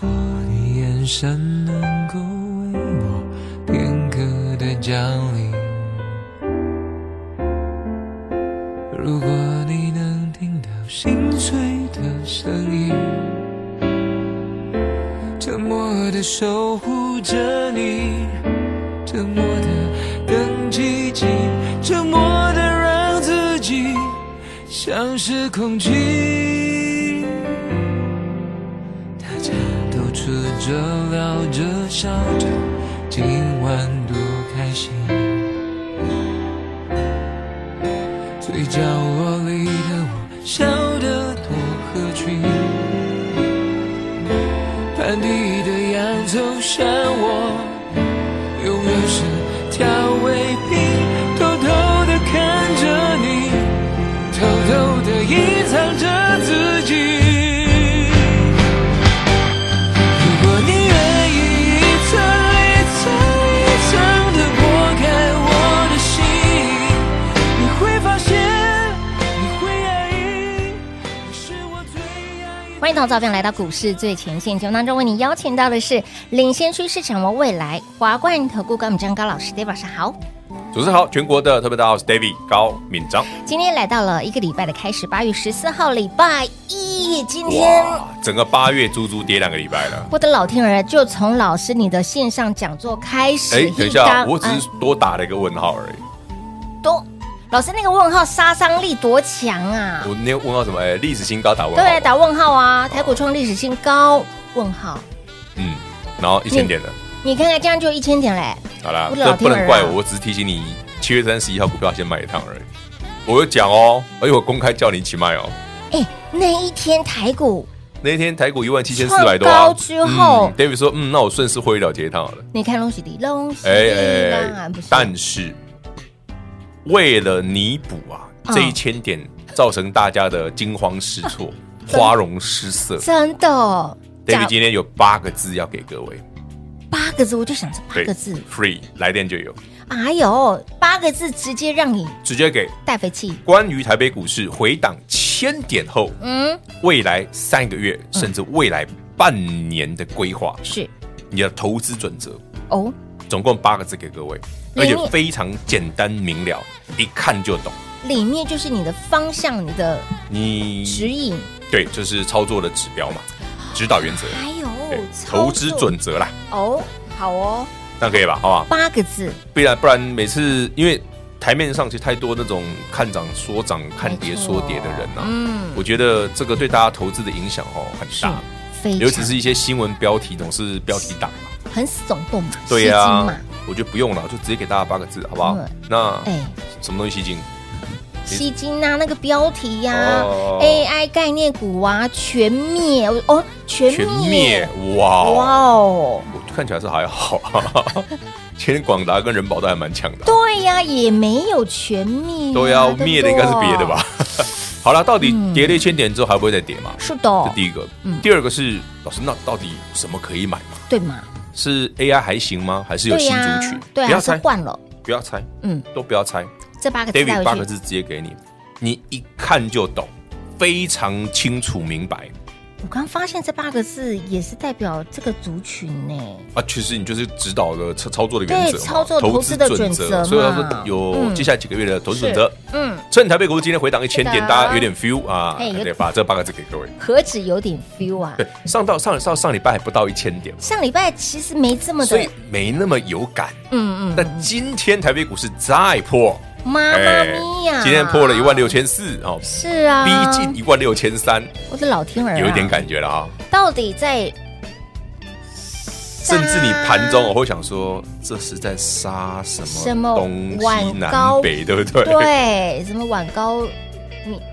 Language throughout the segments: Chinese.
我的眼神能够为我片刻的降临。如果你能听到心碎的声音，沉默的守护着你，沉默的等奇迹，沉默的让自己像是空气。大家都吃着、聊着、笑着，今晚多开心。最角落里的我，笑得多合群。盘底的洋葱像我，永远是调味品。偷偷的看着你，偷偷的隐藏着自己。如果你愿意一层一层一层的剥开我的心，你会发现，你会压抑，你是我最压抑。欢迎到照片来到股市最前线节目当中，为你邀请到的是领先趋势掌握未来华冠投顾高敏章高老师，大家晚上好。主持好，全国的特别大号是 David 高敏章。今天来到了一个礼拜的开始，八月十四号礼拜一，今天哇，整个八月足足跌两个礼拜了。我的老天儿，就从老师你的线上讲座开始。哎，等一一下，档我只哎是多打了一个问号而已。多老师那个问号杀伤力多强啊！我那个问号什么？哎，历史新高打问号。对，打问号啊！台股创历史新高，问号。嗯，然后一千点的，你看看这样就一千点嘞，好啦，我的这老不天儿能啊怪我，我只是提醒你，七月三十一号股票先买一趟而已。我有讲哦，而且我公开叫你一起卖哦。哎，那一天台股，那一天台股一万七千四百多创啊高，之后嗯、，David 说，嗯，那我顺势获利了结一趟好了。你看恭喜你，恭喜哎你哎啦！哎啊不是，但是为了弥补啊、嗯这一千点造成大家的惊慌失措、嗯花容失色真的， ，David 今天有八个字要给各位，八个字，我就想这八对个字， ，free 来电就有，哎呦，八个字直接让你直接给。带飞气。关于台北股市回档千点后，嗯，未来三个月甚至未来半年的规划，是你的投资准则，哦，总共八个字给各位，里而且面非常简单明了，一看就懂。里面就是你的方向，你的你指引，对，就是操作的指标嘛，指导原则，还有嗯对，哦哎操投资作准则啦，哦，好哦，这样可以吧？好不好？八个字，不然不然每次因为台面上其实太多那种看涨说涨、看跌说跌的人啊呐、嗯，我觉得这个对大家投资的影响哦很是大，非尤其是常一些新闻标题总是标题党嘛，很耸动嘛，对呀、吸睛嘛，我觉得不用了，就直接给大家八个字，好不好？嗯那哎，什么东西吸睛？吸金啊，那个标题呀、哦 a i 概念股啊，全灭哦，全全灭灭，哇哦！哇哦，我看起来是还好 啊，今天广达跟人保都还蛮强的啊。对呀、也没有全灭、对呀、灭的应该是别的？吧。 好了，到底嗯跌了一千点之后还会不会再跌嘛？对不对是这的，第一个嗯，第二个是老师，那到底什么可以买嘛？对嘛？是 AI 还行吗？还是有对新呀、族群？对啊，不要还是猜，换了，不要猜，嗯，都不要猜。这八个字带 David 八回个去，字直接给你，你一看就懂，非常清楚明白我刚发现这八个字也是代表这个族群呢、啊。其实你就是指导的操操作的原对则嘛，操作投资的准则嘛所以他说有嗯接下来几个月的投资准是则。嗯，趁台北股市今天回档一千是点，的大家有点 feel 啊，哎有对，把这八个字给各位。何止有点 feel 啊？对，上到上上上礼拜还不到一千点，上礼拜其实没这么的所，以没那么有感。嗯嗯，但今天台北股市再破，哎妈妈咪呀、今天破了一万六千四哦，是啊，逼近一万六千三，我的老天儿、啊，有一点。感觉了啊。到底在甚至你盘中我会想说，这是在杀什什么么东西晚高南 北，对不对？对什么晚高？你哎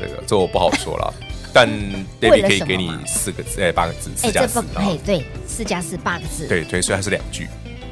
这个这我不好说了。 但为 David 了可以什么给你嘛四个字，哎，八个字，四哎，加这四不，啊哎，对，四加四八个字，对对，所以它是两句，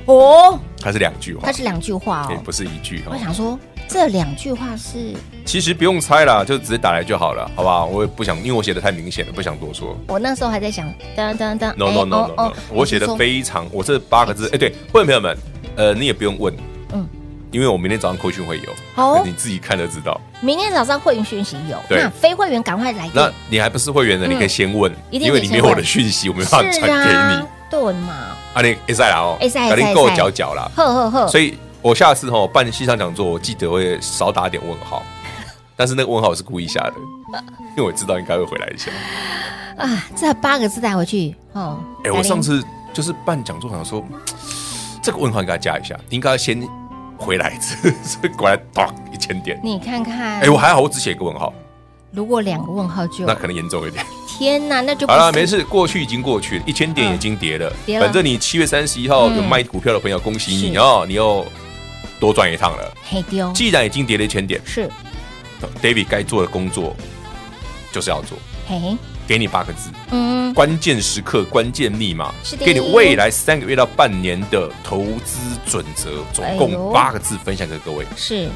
哦，它是两句话它，是两句话哎，哦。不是一句我哦。想说，这两句话是其实不用猜啦，就直接打来就好了，好不好？我也不想，因为我写的太明显了，不想多说。我那时候还在想，噔噔噔 No 哎 no no 哦 no，, 哦 no 我写是的说非常，我这八个字，哎，对，观众朋友们，呃，你也不用问，嗯嗯，因为我明天早上扣讯会有，好你自己看就知道。明天早上会员讯息有，对那非会员赶快来那电，你还不是会员呢，嗯你可以先问，一定因为得里先面有我问的讯息我没办法传给啊你，，对嘛？啊，你哎塞啦哦，可以可以把可以你够脚脚啦。呵呵呵，所以我下次哦办西场讲座，我记得会少打点问号，但是那个问号我是故意下的，因为我知道应该会回来一下。啊，这八个字带回去哦。哎，我上次就是办讲座，好像说这个问号应该加一下，你应该先回来一次， 所以果然咚一千点。你看看，哎，我还好，我只写一个问号，如果两个问号就那可能严重一点。天哪，那就不好是了，没事，过去已经过去了，一千点已经跌了。嗯跌了嗯反正你七月三十一号有卖股票的朋友，恭喜你是嗯哦，你又多赚一趟了。黑丢，既然已经跌了一千点是，David 该做的工作就是要做，嘿，给你八个字：嗯，关键时刻、关键密码是，的给你未来三个月到半年的投资准则，哎呦总共八个字分享给各位。是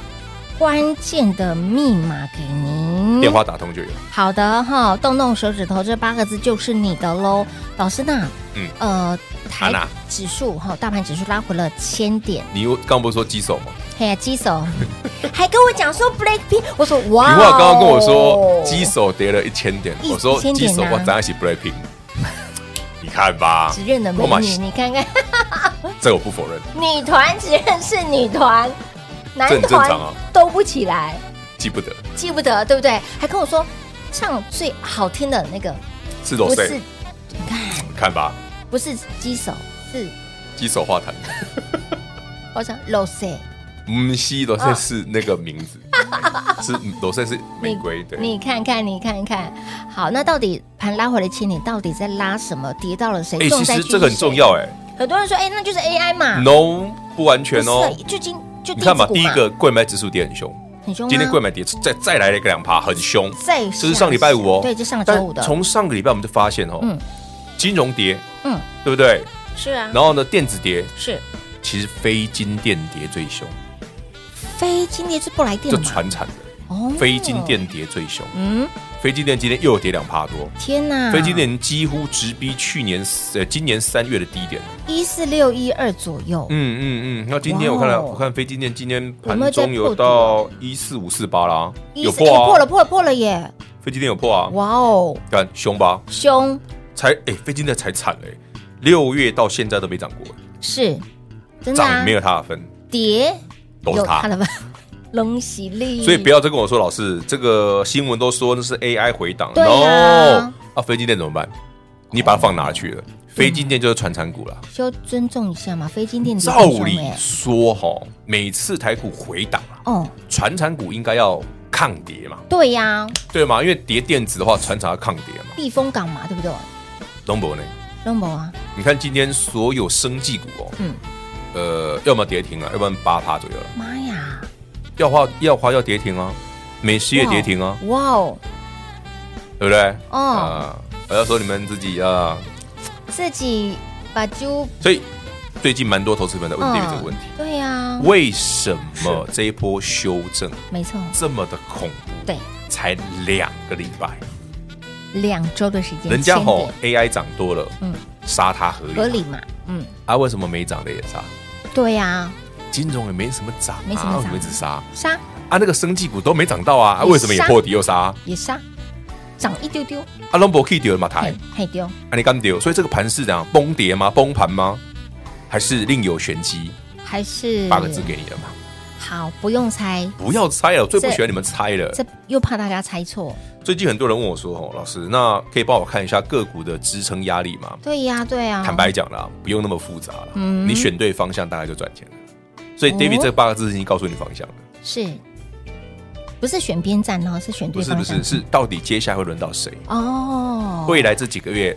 关键的密码给您电。话打通就有，好的哈，动动手指头这八个字就是你的喽，老师那，嗯啊呃，台安娜指数哈，大盘指数拉回了千点，你又刚不是说鸡手吗？嘿呀，鸡手 还跟我讲说 Blackpink，我说哦哇哦， 你话刚刚跟我说鸡手跌了一千点，一我说1000鸡点手啊我咱一起 breaking，你看吧只，认了美我嘛女，你看看这个我不否认，女团只认识女团，男这很 正团常啊都不起来，记不得记不得对不对？还跟我说唱最好听的那个是不都是谁？，你看看吧，不是鸡手是。鸡手画坛，我想 rose，嗯，西罗塞是那个 名字，是罗塞是玫瑰，对，你看看，你看看，好，那到底盘拉回来千里，到底在拉什么？跌到了谁？哎，重其灾实区这个很是重谁。要哎很多人说，哎，那就是 AI 嘛， ，no 不完全哦不。是就今就你看嘛，电子股啊第一个贵买指数跌很凶，很凶吗，啊今天贵买跌再再来了一个两趴，很凶。再这是上礼拜五哦，对，这上周五的，但从上个礼拜我们就发现哦，嗯金融跌，嗯，对不对？是啊，然后呢，电子跌，是其实非金电跌最凶，非今天是不来电就的嘛，传产的哦非金，电跌最凶。嗯，非金电今天又有跌两趴多，天哪，非金电几乎直逼去年呃今年三月的低点。一四六一二左右，嗯嗯嗯，那今天我看哇了，哦我看非金电今天有没有盘在中有破底啊到一四五四八啦，一有四哎破破啊了，，破了，破了耶，非金电有破啊，哇哦，看凶吧，凶才哎非金电才惨嘞，六月到现在都没涨过，是真的涨啊没，有它的分，跌都是有它它。的吧， 龙喜利，所以不要再跟我说，老师，这个新闻都说那是 AI 回档。对啊 no，啊，飞机店怎么办？你把它放哪去了？飞机店就是传产股了。就尊重一下嘛，非金电子照很理凶欸说，哈，每次台股回档啊，哦，传产股应该要抗跌嘛，对呀、对吗？因为跌电子的话，传产要抗跌嘛。避风港嘛，对不对？龙博呢？龙博啊，你看今天所有生技股哦，嗯呃，要么跌停啊，要不然八趴左右了。妈呀，要花要花要跌停啊，美食也哇哦跌停啊，哇哦，对不对？哦啊，我要说你们自己啊。自己把猪，所以最近蛮多投资朋友在问 David 这个问题，对呀、为什么这一波修正没错，这么的恐怖？对，才两个礼拜，两周的时间，人家吼千 AI 涨多了，嗯嗯，杀它合理点嘛，合理嘛，嗯，啊？为什么没涨的也杀？对呀、金融也没什么涨啊，没什么涨我们一直杀啊？杀那个生技股都没涨到啊，啊为什么也杀破底又杀啊？也杀，涨一丢丢，啊，龙博 K 丢了嘛台嘿，，嘿丢，啊你刚丢，所以这个盘是怎样崩跌吗？崩盘吗？还是另有玄机？还是八个字给你了嘛，好，不用猜，不要猜了，我最不这喜欢你们猜了。这又怕大家猜错，最近很多人问我说：“哦，老师，那可以帮我看一下个股的支撑压力吗对呀、对呀、？”坦白讲啦，不用那么复杂啦，嗯你选对方向大概就赚钱了。所以哦 David 这八个字已经告诉你方向了，是，不是选边站哦，是选不对是方不向是，是到底接下来会轮到谁？哦，未来这几个月，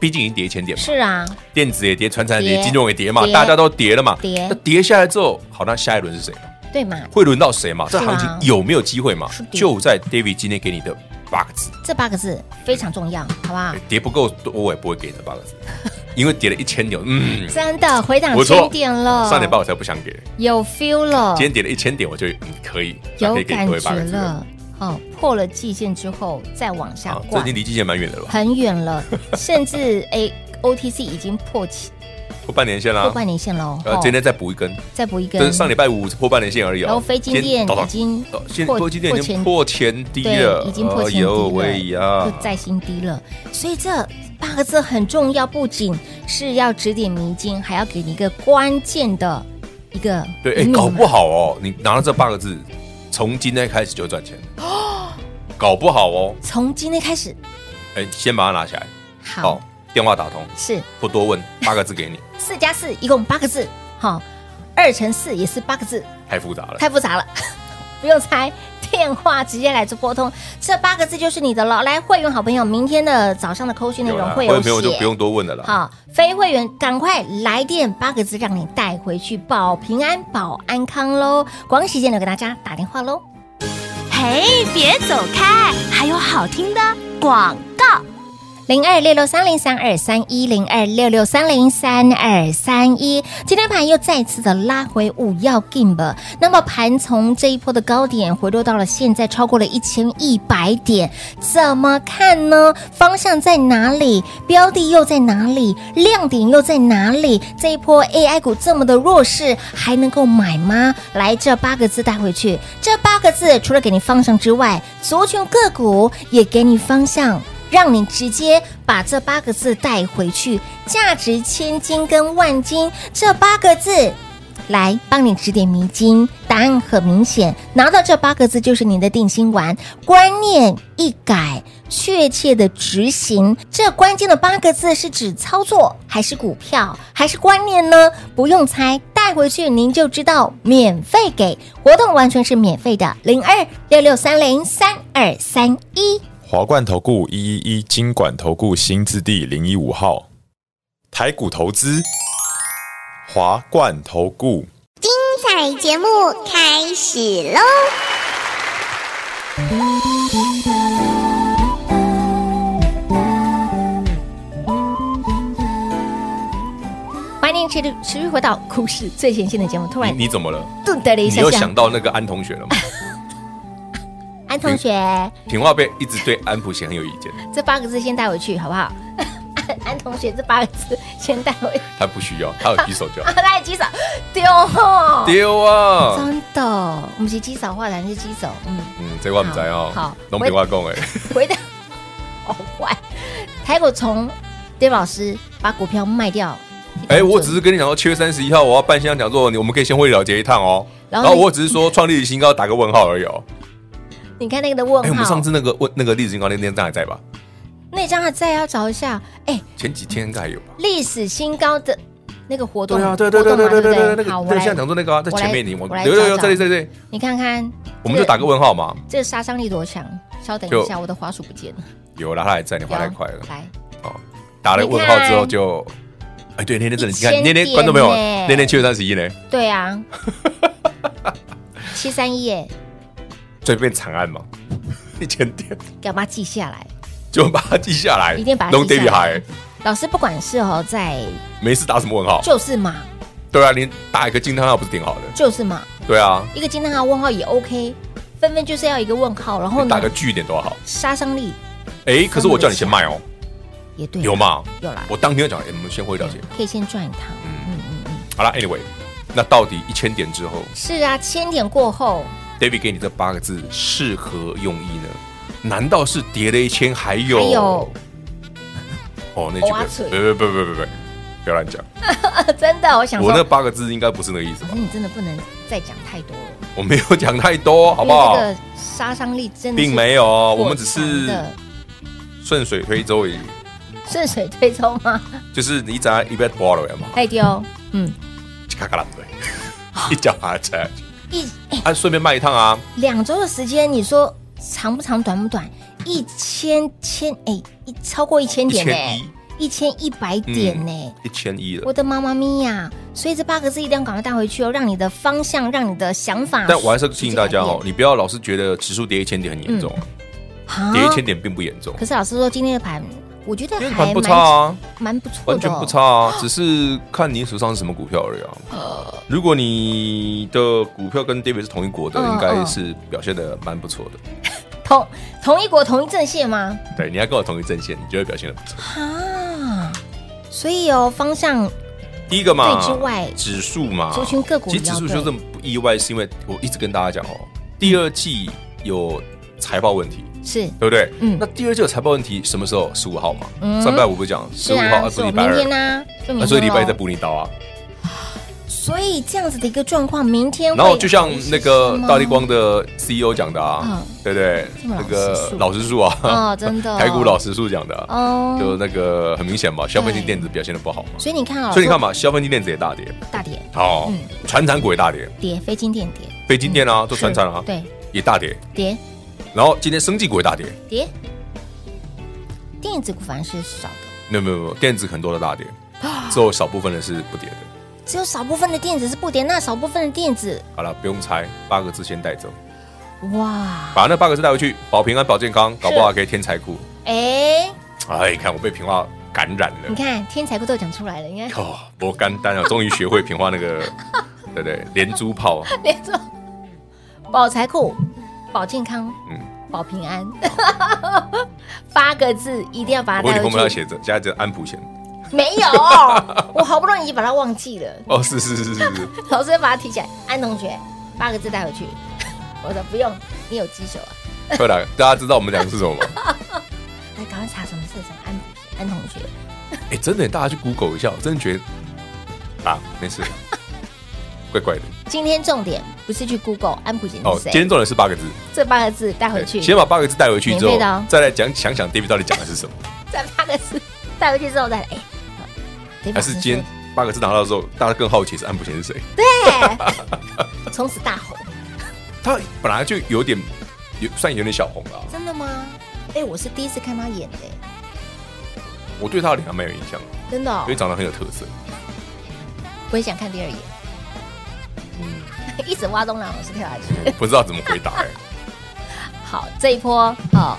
毕竟已经跌一千点嘛，是啊，电子也跌，船产也跌，跌金融也跌嘛，跌大家都跌了嘛。跌那跌下来之后，好，那下一轮是谁？对嘛，会轮到谁嘛？这是啊行情有没有机会嘛是？的就在 David 今天给你的八个字，哎这八个字非常重要，好不好？跌不够多我也不会给这 八个字，因为跌了一千点，嗯，真的回档不错千点了，上礼拜我才不想给，有 feel 了，今天跌了一千点，我就嗯可以，哦有可以给感各位觉八个字啊了。了。哦，破了季线之后再往下啊，这挂已经，离季线蛮远的了吧？很远了， 甚至哎，OTC 已经破七破半年线啦破，半年线了哦。呃，哦今天再补一根，再补一但根是，上礼拜五是破半年线而已哦。然后非金今店天咚咚已经哦现破波基店已经前破前低了，对，已经破前低哎呦了，喂呀又，再新低了。所以这八个字很重要，不仅是要指点迷津，还要给你一个关键的一个对，哎、密码搞不好哦，你拿到这八个字，从今天开始就赚钱 了。搞不好哦，从今天开始，哎、先把它拿起来，好，电话打通，是不多问，八个字给你， 四加四，一共八个字，好，二乘四也是八个字，太复杂了。太复杂了， 不用猜。电话直接来做拨通，这八个字就是你的了。来，会员好朋友，明天的早上的扣讯内有容啦会各有位朋友就写不用多问了啦。好，非会员赶快来电八个字，让你带回去保平安、保安康喽！广告时间留给大家打电话喽。嘿，别走开，还有好听的广告。零二六六三零三二三一零二六六三零三二三一，今天盘又再次的拉回五要 game 吧。那么盘从这一波的高点回落到了现在超过了一千一百点，怎么看呢？方向在哪里？标的又在哪里？亮点又在哪里？这一波 AI 股这么的弱势，还能够买吗？来，这八个字带回去。这八个字除了给你方向之外，族群个股也给你方向。让你直接把这八个字带回去，价值千金跟万金这八个字。来帮你指点迷津，答案很明显，拿到这八个字就是您的定心丸。观念一改，确切的执行，这关键的八个字是指操作，还是股票，还是观念呢？不用猜，带回去您就知道，免费给，活动完全是免费的，零二六六三零三二三一。华冠投顾一一一金管投顾新字第零一五号，台股投资，华冠投顾。彩节目开始喽！欢迎持续持续回到股市最前线的节目。突然你你怎么了？顿的了一你下又下想，到那个安同学了 吗？安同学平话贝一直对安普贤很有意见，这八个字先带回去好不好？ 安安同学这八个字先带回去， 他不需要，他有举手就好啊，大家举手丢吼，丢啊！真的，我们是举手话，咱是举手，嗯，嗯，这话不知哦，好好拢平话讲哎，回答好坏。台股从 d a 老师把股票卖掉，哎，我只是跟你讲说七月三十一号我要办线上讲座，你我们可以先会了结一趟哦。然然后后你我只是说创立新高打个问号而已哦。你看那个的问哎，号，我们上次那个问那个历史新高那天还在吧？那张还在要找一下，哎，前几天应该还有吧？历史新高的那个活动，对啊，对对对活动对嘛对对不对，那个好，我对来现在讲座那个啊，在我来前面你我我来对找对对，找这里这里这里，你看看，我们就打个问号嘛。这个杀伤力多强！稍等一就下，我的滑鼠不见了。有啦，他还在，你滑太快了有。来，打了问号之后就，哎，对，那天真的，你看1000那天观众朋友点耶，那天七月三十一呢，对啊，七三一耶，最变惨案嘛，一千点，给我妈记下来。就把它记下来，一定把它弄记 David 下来海，老师不管是哦，在没事打什么问号？就是嘛，对啊，你打一个惊叹号不是挺好的？就是嘛，对啊，一个惊叹号问号也 OK，纷纷就是要一个问号，然后你打呢个，句点多好。杀伤力哎，可是我叫你先卖哦，也对，有？嘛？有啦，我当天就讲，哎，我们先回了解。可以先赚一趟。嗯嗯嗯，好了，anyway，那到底一千点之后是啊，千点过后， ，David 给你这八个字是何用意呢？难道是叠了一千还有？还有哦，那偶啊嘴句不别别别别别，不要乱讲。真的，我想我说，那老八个字应该不是那个意思吧师？你真的不能再讲太多了，我没有讲太多，好不好因？为这个杀伤力真的是并没有，我们只过强是的顺水推舟而已。顺水推舟吗？就是你咋一边拨了嘛，太丢，嗯，咔咔啦对， 一脚把它踩下去，一哎啊，顺便卖一趟啊，两周的时间，你说长不长，短不短？一千千哎，一超过一千点呢、一千一百点呢、一千一了我。的妈妈咪呀！所以这八个字一定要赶快带回去哦，让你的方向，让你的想法。但我还是提醒大家直接哦改，变你不要老是觉得指数跌一千点很严重，好跌一千点并不严重，可是老师说今天的盘，我觉得今天啊还盘不蛮差啊，蛮不错的哦，完全不差啊，只是看你手上是什么股票而已啊。哦如果你的股票跟 David 是同一国的，嗯应该是表现的蛮不错的。同同一国同一阵线吗？对，你要跟我同一阵线，你就会表现的不错。啊，所以哦，方向第一个嘛，对之外指数嘛，族群个股其实指数也要对就嗯这么不意外，是因为我一直跟大家讲哦，第二季有财报问题，是对不对？嗯那第二季有财报问题什么时候？十五号嘛，嗯上礼拜五不是讲是十五啊，号，啊是所以我礼拜明天二，呢就明天，哦那所以礼拜一再，补你刀啊。所以这样子的一个状况，明天然后会就像那个大力光是的 CEO 讲的啊嗯，对不对？这么那老实个数老实数啊，哦真的哦台股老实数讲的啊，哦，就那个很明显嘛，消费性对电子表现的不好嘛，所以你看哦，所以你看嘛，消费性电子也大跌，说大跌好嗯，船产股也大跌，跌，非金电跌，非金电啊，都船产啊，对，也大跌，跌然后今天生技股也大跌，跌，电子股反而是少的，没有没有没有，电子很多的大跌，只有少部分的是不跌的。只有少部分的电子是不跌，那少部分的电子，好了，不用猜，八个字先带走，哇，把那八个字带回去，保平安、保健康，搞不好还可以添财库。哎，哎，看我被平话感染你了，看天才股都讲出来了，你看哦，我干单啊，终于学会平话那个，对不对？连珠炮，啊连着保财库、保健康、嗯，保平安，八个字一定要把我它问你带后面要回去。写着加着安普贤。没有，我好不容易把它忘记了，哦，是是是是是，老师把它提起来。安同学，八个字带回去。 我说不用，你有鸡手啊，对了，大家知道我们讲的是什么吗？来哎赶快查什么事情。安安同学，哎，真的，大家去 Google 一下，我真的觉得啊，没事，怪怪的。今天重点不是去 Google 安普贤哦，是谁，今天重点是八个字，这八个字带回对去，哎先把八个字带回去之免后费的哦，再来讲想想 David 到底讲的是 什么，这八个字带回去之后再来。哎，好还是今天八个字拿到之后，大家更好奇是安普贤是谁？对，从此大红。他本来就有点，有算有点小红了，啊真的吗？哎、我是第一次看他演的、哎我对他的脸还蛮有印象的，真的、哦因为，长得很有特色。我也想看第二眼，嗯 一直挖东南我是跳下去。我不知道怎么 回答哎、好，这一波哦，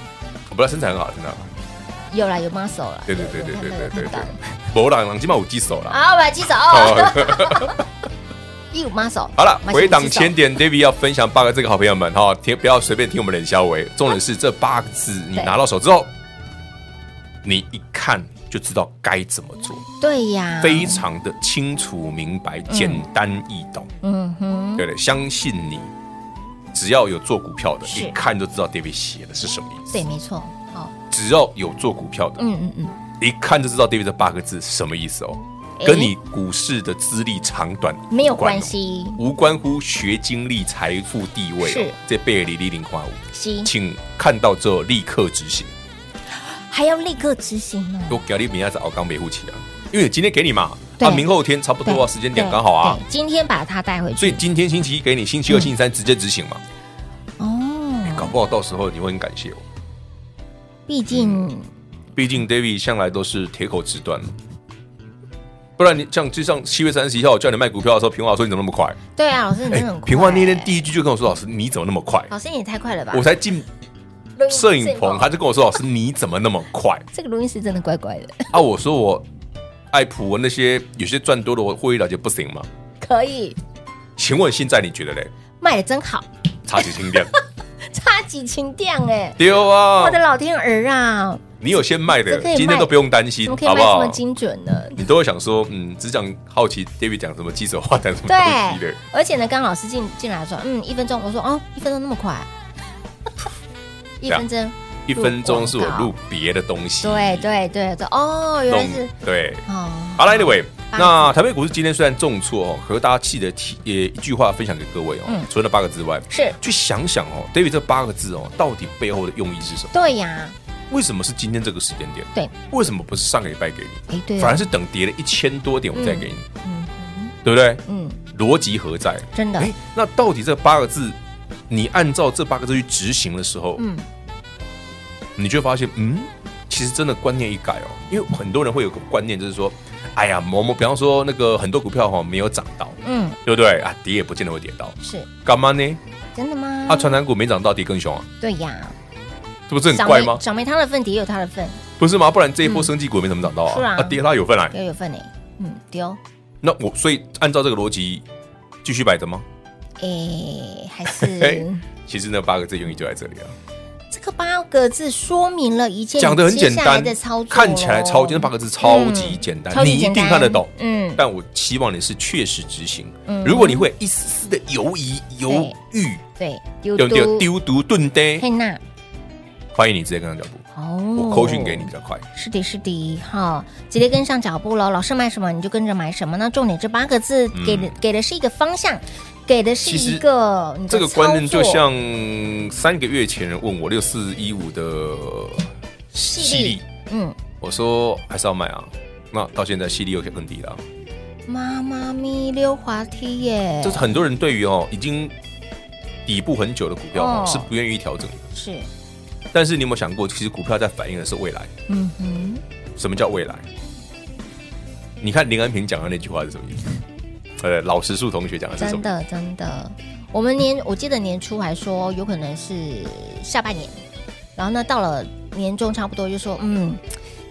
我不知道身材很好，真的。啊有了有 muscle 了，对对对有对有对看到对有对看到对。博朗朗起码有几手啦。好，我们来击手， 哦一五 muscle。好了，回档前千点，David 要分享八个这个好朋友们哈，听不要随便听我们冷笑维。重点是这八个字，你对拿到手之后，你一看就知道该怎么做，对呀，非常的清楚明白，简单易懂，嗯哼，对不对？相信你，只要有做股票的，是一看就知道 David 写的是什么意思对，。没错，好，只要有做股票的，嗯嗯嗯，一看就知道 David 这八个字是什么意思哦，诶跟你股市的资历长短没有无哦关，系，无关乎学经历、财富、地位是哦。这贝尔里零花五，行，请看到之后立刻执行。还要立刻执行呢。我给你明天早熬刚维护起啊，因为今天给你嘛，对啊，明后天差不多啊，时间点刚好啊对，，对今天把它带回去，所以今天星期一给你，星期二、星期三直接执行嘛，嗯哎哦，搞不好到时候你会很感谢我。毕竟毕竟 David 向来都是铁口直断，不然你像就像七月三十一号我叫你卖股票的时候，平华说你怎么那么快？对啊，老师你真的很快平华那天哎第一句就跟我说：“老师，你怎么那么快老师你也太快了吧？”？我才进录音摄影棚，他就跟我说：“老师，你怎么那么 快这个录音室真的怪怪的，？” 啊，我说我爱普文那些有些赚多的，我会了解不行吗？可以请问现在你觉得嘞？卖的真好，差 几千点？差几千点哎！丢啊我！的老天儿啊，你有先卖的这可以，卖今天都不用担心，怎么可以好卖不这好么？精准呢？你都会想说，嗯，只讲好奇 David 讲什么鸡手话，讲什么对东西的。，而且呢，刚老师进进来说，嗯，一分钟，我说哦，一分钟那么快， 一分钟，一分钟是我录别的东西，对对对对，哦，原来是对。哦，好了，Anyway，八个字那台北股市今天虽然重挫哦，可是大家记得提也一句话分享给各位哦，嗯除了那八个字外，是去想想哦，David 这八个字哦，到底背后的用意是什么？对呀，为什么是今天这个时间点？对，为什么不是上个礼拜给你，哎对哦，反而是等跌了一千多点我再给你，嗯对不对？嗯，逻辑何在？真的哎，那到底这八个字，你按照这八个字去执行的时候，嗯，你就会发现，嗯，其实真的观念一改哦，因为很多人会有个观念，就是说，哎呀，某某，比方说那个很多股票哈、没有涨到，嗯对不对啊？跌也不见得会跌到，是干嘛呢？真的吗啊，？传染股没涨到，跌更凶啊，对呀，这不是很长怪辈吗？长辈他的份，也有他的份，不是吗？不然这一波生技股也没怎么涨到嗯是啊啊，啊跌它有份来。要有份呢。嗯，丢、哦，那我所以按照这个逻辑继续摆着吗？诶，还 哎是其实呢，八个字用意就在这里啊，这个八个字说明了一件讲的很简接下来单的操，作咯，嗯看起来超，那八个字超级简单超，你级一简定单看得懂。嗯，但我期望你是确实执行嗯。如果你会一丝丝的犹疑、犹豫，对，丢对不对？丢丢毒钝呆佩，娜，欢迎你直接跟上脚步，哦，我扣讯给你比较快。是的，是的，哈，直接跟上脚步喽。老师买什么你就跟着买什么。那重点这八个字给的、给的是一个方向，给的是嗯其实一个你的这个观念就操作像三个月前人问我六四一五的细粒，嗯，我说还是要买啊。那到现在犀利又更低了啊，哦妈妈咪溜滑梯耶这，是很多人对于哦已经底部很久的股票哦哦是不愿意调整的。是，但是你有没有想过，其实股票在反映的是未来？嗯哼，什么叫未来？你看林安平讲的那句话是什么意思？呃，老实树同学讲的是什真么？的真的，我们年我记得年初还说有可能是下半年，然后呢到了年终差不多就说嗯，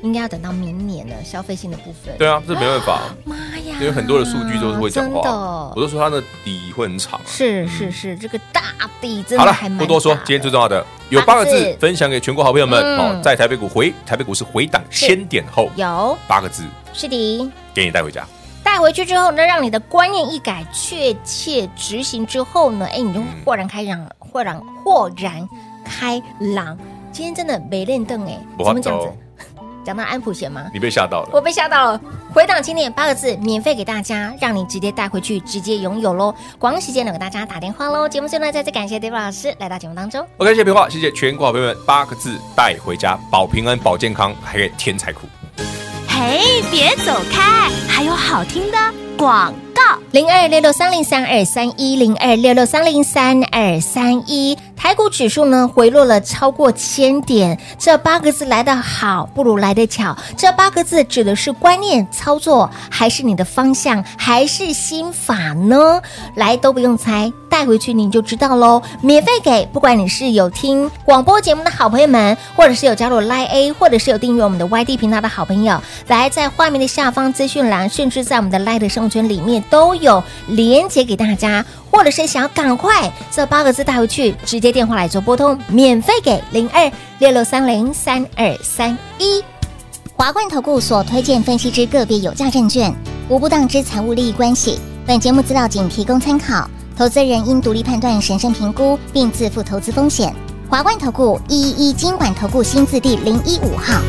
应该要等到明年了，消费性的部分。对啊，这没办法， 妈呀，因为很多的数据都是会讲真的话。我都说它的底会很长啊。是是是，这个大底真好的了还，蛮不多说大，的今天最重要的有八八个个字字分享给全国好朋友们嗯哦，在台北股回台北股市回档是千点后，有八个字是的。给你带回家。带回去之后呢，让你的观念一改，确切执行之后呢，哎，你嗯就豁然开朗，豁然豁然开朗。今天真的没练凳哎，不怎好么讲走子？讲到安普贤吗？你被吓到了。我被吓到了。回档经典八个字，免费给大家，让你直接带回去，直接拥有喽。广告时间呢，给大家打电话喽。节目最后呢，再次感谢 David 老师来到节目当中。 OK，谢谢平话，谢谢全国好朋友们，八个字带回家，保平安、保健康，还可以添财库。嘿，别走开，还有好听的广告。零二六六三零三二三一零二六六三零三二三一。台股指数呢回落了超过千点，这八个字来得好，不如来得巧。这八个字指的是观念、操作，还是你的方向，还是心法呢？来都不用猜，带回去你就知道喽。免费给，不管你是有听广播节目的好朋友们，或者是有加入 Line A，或者是有订阅我们的 YD 频道的好朋友，来在画面的下方资讯栏，甚至在我们的 Light 的生活圈里面都有连接给大家，或者是想要赶快这八个字带回去，直接电话来做拨通，免费给零二六六三零三二三一。华冠投顾所推荐分析之个别有价证券，无不当之财务利益关系。本节目资料仅提供参考，投资人应独立判断、审慎评估，并自负投资风险。华冠投顾一一一金管投顾新字第零一五号。